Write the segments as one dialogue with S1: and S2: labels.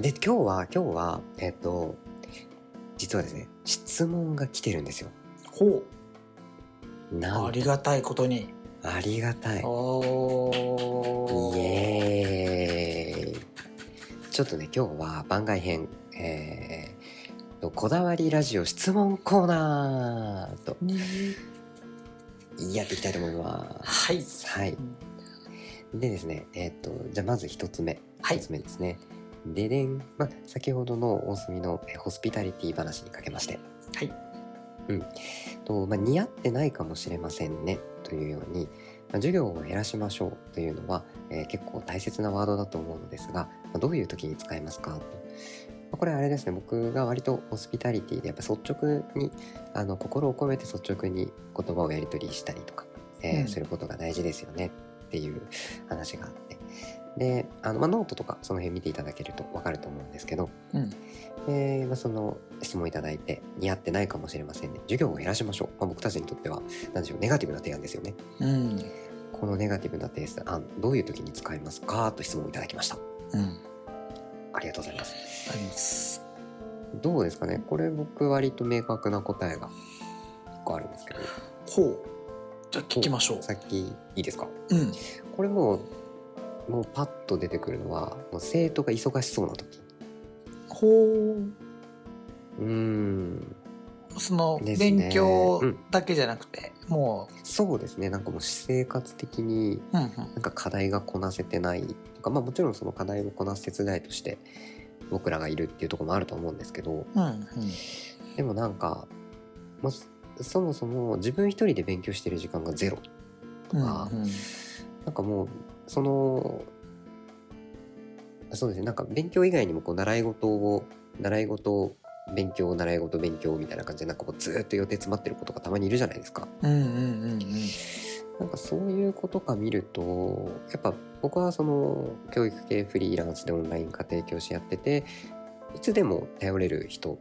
S1: で、今日は、今日は、えっと、実はですね、質問が来てるんですよ。
S2: ほ
S1: なん
S2: う。
S1: と
S2: ありがたいことに。
S1: ありがたい。
S2: お
S1: イエーイちょっとね今日は番外編、えーとこだわりラジオ質問コーナーと
S2: ー。
S1: やっていきたいと思います。
S2: はい。
S1: はい、でですねえっ、とじゃあまず一つ目
S2: はい
S1: 一つ目ですね。ででん、まあ、先ほどの大隅のえーホスピタリティ話にかけまして、
S2: はい
S1: うんとまあ、似合ってないかもしれませんねというように、まあ、授業を減らしましょうというのは、えー結構大切なワードだと思うのですが、まあ、どういう時に使えますかと、まあこれあれですね僕が割とホスピタリティでやっぱ率直にあの心を込めて率直に言葉をやり取りしたりとか、えー
S2: うん
S1: することが大事ですよねっていう話があってであの、まあ、ノートとかその辺見ていただけると分かると思うんですけど、
S2: うん
S1: えーまあ、その質問いただいて似合ってないかもしれませんね授業を減らしましょう、まあ、僕たちにとっては何でしょうネガティブな提案ですよね
S2: うん。
S1: このネガティブな提案どういう時に使いますかと質問いただきました
S2: うん。
S1: ありがとうございます
S2: あります。
S1: どうですかねこれ僕割と明確な答えが1個あるんですけど
S2: ほう。じゃあ聞きましょう。
S1: 先いいですか
S2: うん。
S1: これもうもうパッと出てくるのはもう生徒が忙しそうな時
S2: ほう。
S1: うーん
S2: その
S1: ですね
S2: 勉強だけじゃなくて、も
S1: そうですねなんかもう私生活的に
S2: う、うんうん
S1: なんか課題がこなせてないとかまあもちろんその課題をこなす手伝いとして僕らがいるっていうところもあると思うんですけど
S2: うんうん
S1: でもなんか、まあそそもそも自分一人で勉強してる時間がゼロ
S2: う
S1: か
S2: んうん
S1: なんかもうそのそうですねなんか勉強以外にもこう習い事を習い事勉強習い事勉強みたいな感じでなんかこうずーっと予定詰まってることがたまにいるじゃないですか。
S2: うんうんうん
S1: なんかそういうことか見るとやっぱ僕はその教育系フリーランスでオンライン家庭教師やってていつでも頼れる人っ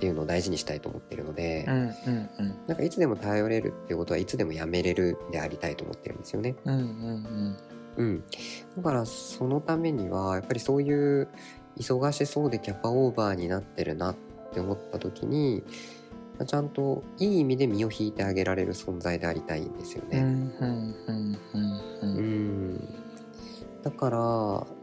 S1: ていうのを大事にしたいと思ってるので、
S2: うんうんうん
S1: なんかいつでも頼れるっていうことはいつでもやめれるでありたいと思ってるんですよね。
S2: うんうん
S1: うん、だからそのためにはやっぱりそういう忙しそうでキャパオーバーになってるなって思った時にまあちゃんといい意味で身を引いてあげられる存在でありたいんですよ
S2: うんう
S1: ね。
S2: んうんうん
S1: う
S2: うん
S1: んだから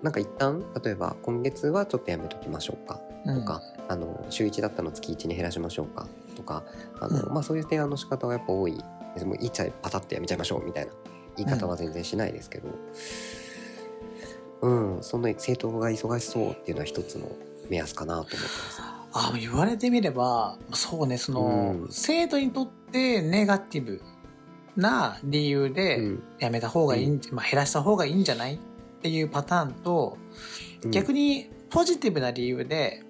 S1: なんか一旦例えば今月はちょっとやめときましょうか
S2: うん
S1: とか、あの週1だったのを月1に減らしましょうかとかあの、
S2: うん
S1: まあ、そういう提案の仕方はやっぱ多いですもういっちゃいパタッとやめちゃいましょうみたいな言い方は全然しないですけど、うんその政党が忙しそうっていうのは一つの目安かなと思ってます。
S2: あ言われてみればそうねその、
S1: うん
S2: 生徒にとってネガティブな理由
S1: う
S2: で
S1: ん
S2: やめた方がいい、んまあ、減らした方がいいんじゃないっていうパターンと
S1: うん
S2: 逆にポジティブな理由で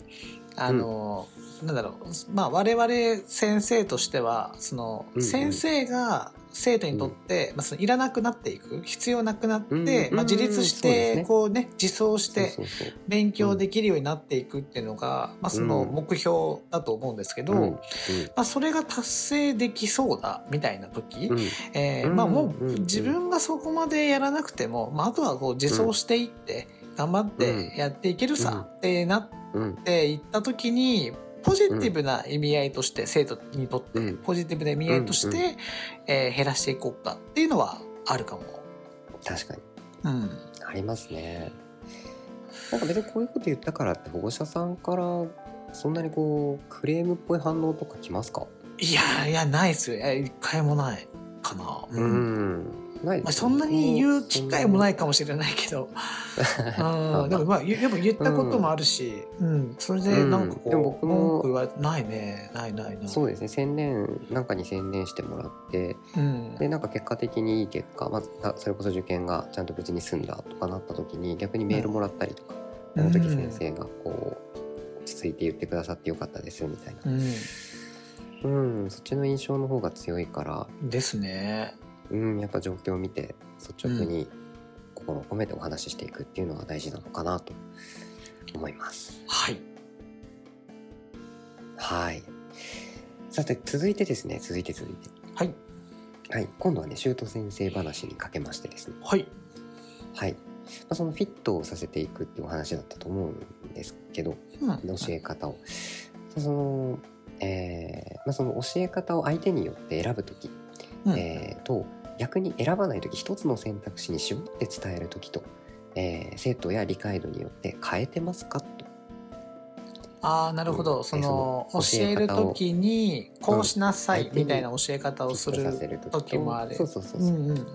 S2: あの、なんだろう、まあ、我々先生としてはその
S1: うんうん
S2: 先生が生徒にとって、まあ、そのいらなくなっていく必要なくなって、
S1: うんうん
S2: まあ、自立し
S1: そうです
S2: て
S1: ね
S2: こう、ね、自走し
S1: そう
S2: て
S1: そうそう
S2: 勉強できるようになっていくっていうのが、まあ、その
S1: うん
S2: 目標だと思うんですけど、
S1: うん
S2: まあ、それが達成できそうだみたいな時、
S1: うんうん
S2: え
S1: う
S2: ー
S1: ん
S2: まあ、もう
S1: うん
S2: 自分がそこまでやらなくても、まあ、あとはこう自走していって頑張ってやっていけるさってなっ
S1: うん
S2: ていった時にポジティブな意味合いとして生徒にとって
S1: うん
S2: ポジティブな意味合いとし
S1: うんう
S2: て、えー減らしていこうかっていうのはあるかも。
S1: 確かに
S2: うん
S1: ありますね。なんか別にこういうこと言ったからって保護者さんからそんなにこうクレームっぽい反応とか来ますか
S2: いやいやないですよいや一回もないかな。
S1: ん、ない
S2: ま
S1: で
S2: あ、
S1: す。
S2: そんなに言う機会もないいかもしれないけど、
S1: ま
S2: う
S1: あ
S2: ん、でもまあ言でも言ったこともあるし、うんそれでなんかこ
S1: うん
S2: う、
S1: でも僕も
S2: 文句言われてないねないないない
S1: そうですね専念なんかに専念してもらって
S2: うん
S1: でなんか結果的にいい結果、まあ、それこそ受験がちゃんと無事に済んだとかなった時に逆にメールもらったりとか、
S2: うん
S1: あの時先生がこう落ち着いて言ってくださってよかったですみたいな、
S2: う
S1: うん、そっちの印象の方が強いから
S2: ん、ですね
S1: うん、やっぱ状況を見て率直に心を込めてお話ししていくっていうのは大事なのかなと思います。
S2: はい
S1: はい。さて続いてですね、続いて続いて。
S2: はい
S1: はい、今度はね、修斗先生話にかけましてですね。
S2: はい
S1: はい。まあ、そのフィットをさせていくっていうお話だったと思うんですけど
S2: うん
S1: 教え方をその,、えーまあ、その教え方を相手によって選ぶ時、
S2: うん
S1: えーと逆に選ばない時一つの選択肢に絞って伝える時と、えー生徒や理解度によって変えてますかと
S2: ああなるほど、
S1: うん
S2: その
S1: そ
S2: 教
S1: の教
S2: え
S1: え
S2: る
S1: 方を
S2: 時にこうしなさ
S1: うん
S2: いみたいな教え方をす
S1: フィッ
S2: る
S1: トさせる時と
S2: 時もある
S1: そうそうそう
S2: う
S1: そう、
S2: んうん、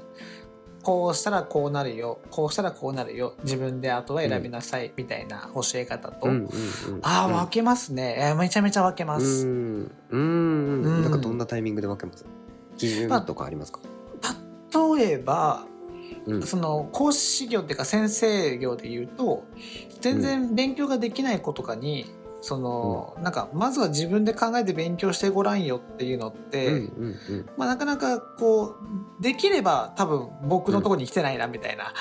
S2: こうしたらこうなるよこうしたらこうなるよ自分であとは選びなさいみたいな教え方と、
S1: うんうんうん
S2: ああ
S1: うん
S2: 分けますね、えーめちゃめちゃ分けます、
S1: うんうん
S2: うん
S1: なんかどんなタイミングで分けます基準とかありますか、
S2: 例えば
S1: うん
S2: その講師業っていうか先生業で言うと全然勉強ができない子とかに、そのなんかまずは自分で考えて勉強してごらんよっていうのって、
S1: うんうんうん
S2: まあ、なかなかこうできれば多分僕のところに来てないなみたいな、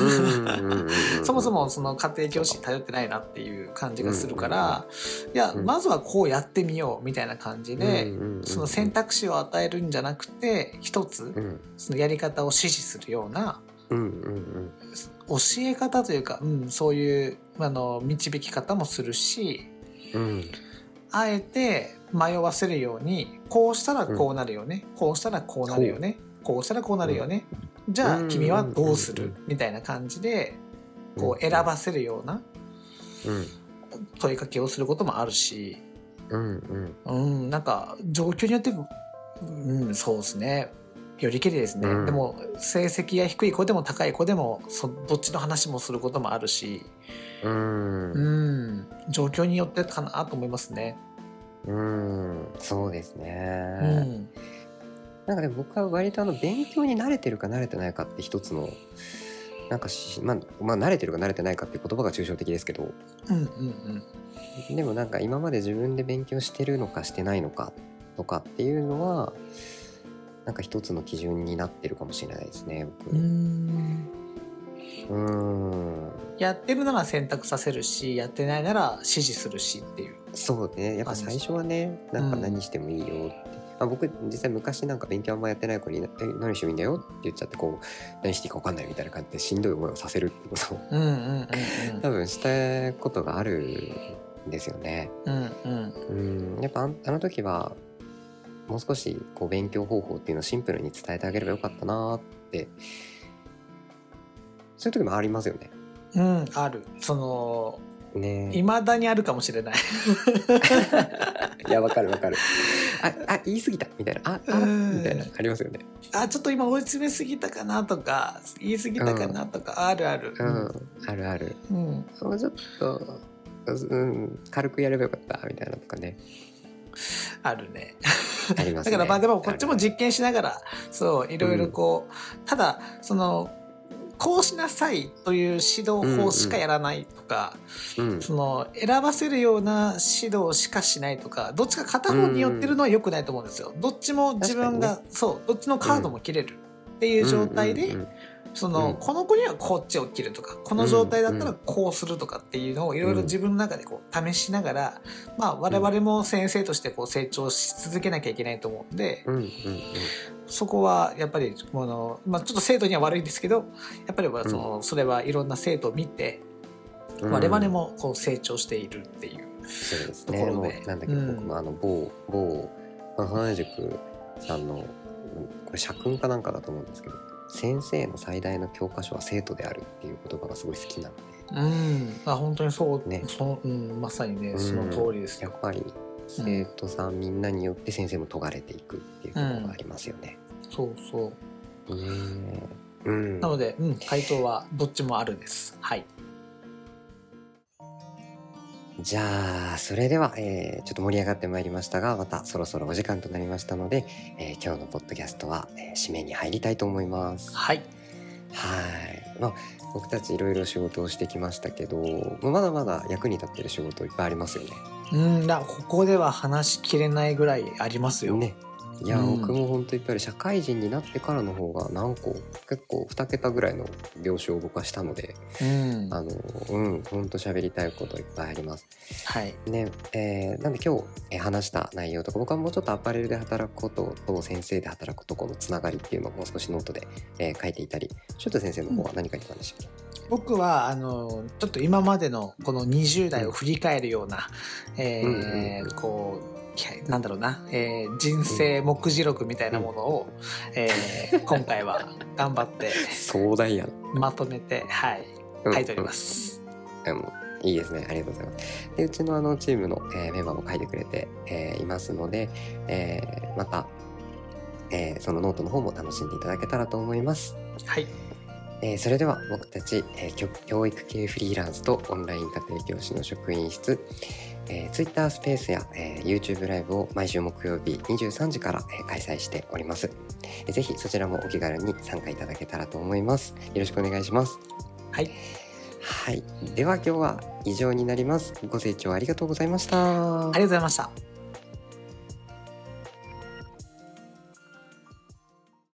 S1: うんうんうんうん
S2: そもそもその家庭教師に頼ってないなっていう感じがするから、いや、
S1: うん
S2: まずはこうやってみようみたいな感じで、
S1: うんうんうん
S2: その選択肢を与えるんじゃなくて一つ
S1: うん
S2: そのやり方を指示するような
S1: うんうん
S2: 教え方というか、うん、そういうあの導き方もするし
S1: うんうん
S2: あえて迷わせるようにこうしたらこうなるよね、こうしたらこうなるよねこうしたらこうなるよね、じゃあ
S1: うん
S2: 君はどうす
S1: う
S2: る
S1: んうん
S2: みたいな感じでこう選ばせるような
S1: うん
S2: 問いかけをすることもあるし、
S1: うんうん
S2: うん、なんか状況によって、うん、そうですねよりきりですね、
S1: うん
S2: でも成績が低い子でも高い子でもそどっちの話もすることもあるし、
S1: うん
S2: うん、状況によってかなと思いますね。
S1: うんそうですね、
S2: うん
S1: なんかでも僕は割とあの勉強に慣れてるか慣れてないかって一つのなんかし、まあ、まあ慣れてるか慣れてないかって言葉が抽象的ですけど
S2: うんうん
S1: でもなんか今まで自分で勉強してるのかしてないのかとかっていうのはなんか一つの基準になってるかもしれないですね
S2: う
S1: 僕
S2: ん
S1: う
S2: う
S1: んーん
S2: やってるなら選択させるしやってないなら指示するしっていう。
S1: そうねやっぱ最初はね
S2: あ
S1: なんか
S2: うん
S1: 何してもいいよって、あ僕実際昔なんか勉強あんまやってない子に「え何してもいいんだよ」って言っちゃってこう何していいか分かんないみたいな感じでしんどい思いをさせるってことを
S2: うんうん
S1: 多分したことがあるんですよね。
S2: うんうんうん
S1: うんやっぱあんあの時はもう少しこう勉強方法っていうのをシンプルに伝えてあげればよかったなーってそういう時もありますよね。
S2: うんうんあるそのい
S1: ね
S2: まだにあるかもしれない。
S1: えいやわかるわかる。あ あ言い過ぎたみたいなああ
S2: うん
S1: みたいなありますよね。
S2: あちょっと今追い詰めすぎたかなとか言い過ぎたかなとか、あるある、
S1: うんあるある。
S2: うん
S1: もうちょっと、うん、軽くやればよかったみたいなとか ね
S2: あるね
S1: あります
S2: だ
S1: ね。
S2: からまあでもこっちも
S1: じ
S2: 実験しながらそういろいろこう、ただそのこうしなさいという指導法しかやらないとか、
S1: うん
S2: その選ばせるような指導しかしないとかどっちか片方に寄ってるのは良くないと思うんですよ。どっちも自分が、そうどっちのカードも切れるっていう状態で、
S1: うんうん
S2: その、
S1: うん
S2: この子にはこっちを切るとかこの状態だったらこうするとかっていうのをいろいろ自分の中でこう試しながら、まあ、我々も先生としてこう成長し続けなきゃいけないと思うんで、
S1: うんうんうん
S2: そこはやっぱりこの、まあ、ちょっと生徒には悪いんですけどやっぱりその、それはいろんな生徒を見て
S1: うん
S2: 我々もこう成長しているっていう。
S1: そうです
S2: と
S1: ね。
S2: ころ
S1: も
S2: で
S1: うなんだっけ、
S2: うん
S1: 僕もあの某某花塾さんのうんこれ社訓かなんかだと思うんですけど、先生の最大の教科書は生徒であるっていう言葉がすごい好きなので、
S2: うん、あ本当にそう、
S1: ね
S2: そのうん、まさにね、
S1: うん
S2: その通りです
S1: や
S2: よ。
S1: っぱり生徒さんみんなによって先生も尖れていくっていうところがありますよね。
S2: そうそう。
S1: ねえうん。
S2: なので、うん、回答はどっちもあるです。はい。
S1: じゃあ、それでは、えーちょっと盛り上がってまいりましたが、またそろそろお時間となりましたので、えー今日のポッドキャストは、えー締めに入りたいと思います。
S2: はい。
S1: はい、まあ、僕たちいろいろ仕事をしてきましたけどもうまだまだ役に立ってる仕事いっぱいありますよね。
S2: うん、だからここでは話しきれないぐらいありますよ。
S1: ねいや、
S2: うん
S1: 僕も本当いっぱいある社会人になってからの方が何個結構2桁ぐらいの病種を僕はしたので
S2: うん
S1: あのうん本当喋りたいこといっぱいあります。
S2: はい
S1: ねえーなんで今日、えー話した内容とか僕はもうちょっとアパレルで働くことと先生で働くとこのつながりっていうのをもう少しノートで、えー書いていたりシュート先生の方は何か言ったんでしたっけ、
S2: 僕はあのちょっと今までのこの20代を振り返るような、えー
S1: うん
S2: こうきゃなんだろうな、えー人生目次録みたいなものを、えー今回は頑張って
S1: 壮大やな、
S2: まとめてはい書いております。
S1: うんうんいいですねありがとうございますでうちのあのチームの、えーメンバーも書いてくれて、えーいますので、えーまた、えーそのノートの方も楽しんでいただけたらと思います
S2: はい、
S1: えーそれでは僕たち、えー教教育系フリーランスとオンライン家庭教師の職員室、えー Twitter スペースや、えー YouTube ライブを毎週木曜日23時から、えー開催しております、えーぜひそちらもお気軽に参加いただけたらと思いますよろしくお願いします
S2: はい
S1: はいでは今日は以上になりますご清聴ありがとうございました
S2: ありがとうございました。